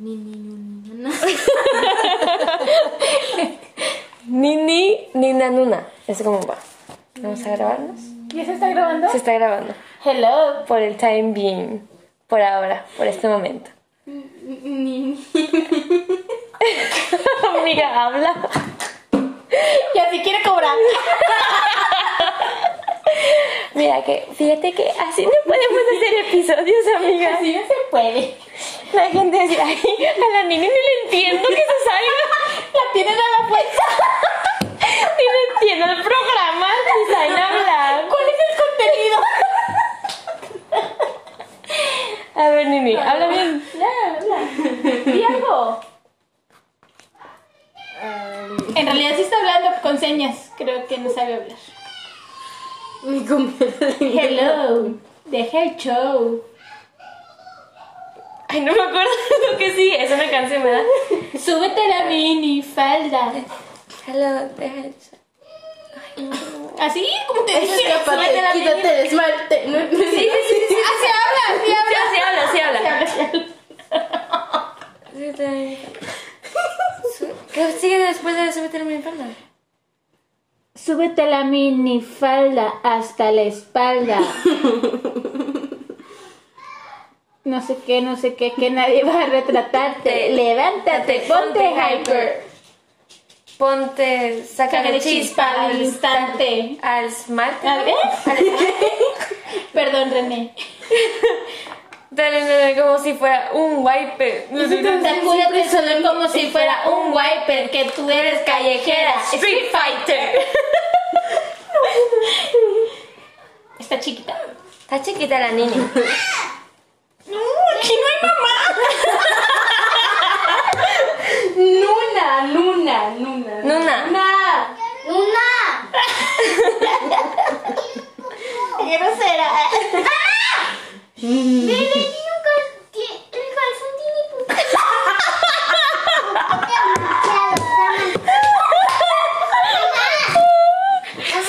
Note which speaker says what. Speaker 1: Ni, ni, ni, ni, na.
Speaker 2: Ni ni ni nanuna. Es como va. Vamos a grabarnos.
Speaker 3: ¿Ya se está grabando?
Speaker 2: Se está grabando.
Speaker 3: Hello.
Speaker 2: Por el time being. Por ahora, por este momento.
Speaker 1: Ni, ni.
Speaker 2: Amiga, habla.
Speaker 3: Y así quiere cobrar.
Speaker 2: Mira que, fíjate que así no podemos hacer episodios, amiga.
Speaker 3: Así no se puede.
Speaker 2: La gente dice, ay, a la niña ni le entiendo que se salga.
Speaker 3: La tienen a la fuerza.
Speaker 2: Ni le entiendo el programa, ni saben hablar.
Speaker 3: ¿Cuál es el contenido?
Speaker 2: A ver, Nini, habla bien.
Speaker 3: Bla, bla. Di algo.
Speaker 1: Ay,
Speaker 3: Um, En realidad sí está hablando con señas. Creo que no sabe hablar.
Speaker 1: mi comida de
Speaker 3: Hello. Deja el show.
Speaker 2: Ay, no me acuerdo lo que sí, es una canción, ¿verdad?
Speaker 3: Súbete la mini falda.
Speaker 2: Hello, bitch.
Speaker 3: Así como te dije.
Speaker 1: Escápate,
Speaker 3: súbete la mini.
Speaker 1: quítate el esmalte. No, no,
Speaker 2: Sí, sí, sí, sí.
Speaker 3: Así habla, así habla.
Speaker 2: Sí, habla, sí habla.
Speaker 3: Así habla.
Speaker 2: Sí, te- Su- ¿Qué sigue después de someterme a mi espalda?
Speaker 3: Súbete la minifalda hasta la espalda. No sé qué, no sé qué, que nadie va a retratarte. Levántate, ponte hyper.
Speaker 2: Ponte, saca
Speaker 3: Saca
Speaker 2: de
Speaker 3: de
Speaker 2: chispa al
Speaker 3: instante.
Speaker 2: instante. Al smart.
Speaker 3: ¿A ver? Perdón, René.
Speaker 2: Dale, dale, como si fuera un wipe.
Speaker 3: Sacúdete solo como si fuera un wiper, que tú eres callejera.
Speaker 2: Street Fighter.
Speaker 3: ¿Está chiquita?
Speaker 2: Está chiquita la niña.
Speaker 3: No, aquí no hay mamá.
Speaker 1: Nuna, Nuna, Nuna.
Speaker 2: Nuna.
Speaker 1: Nuna.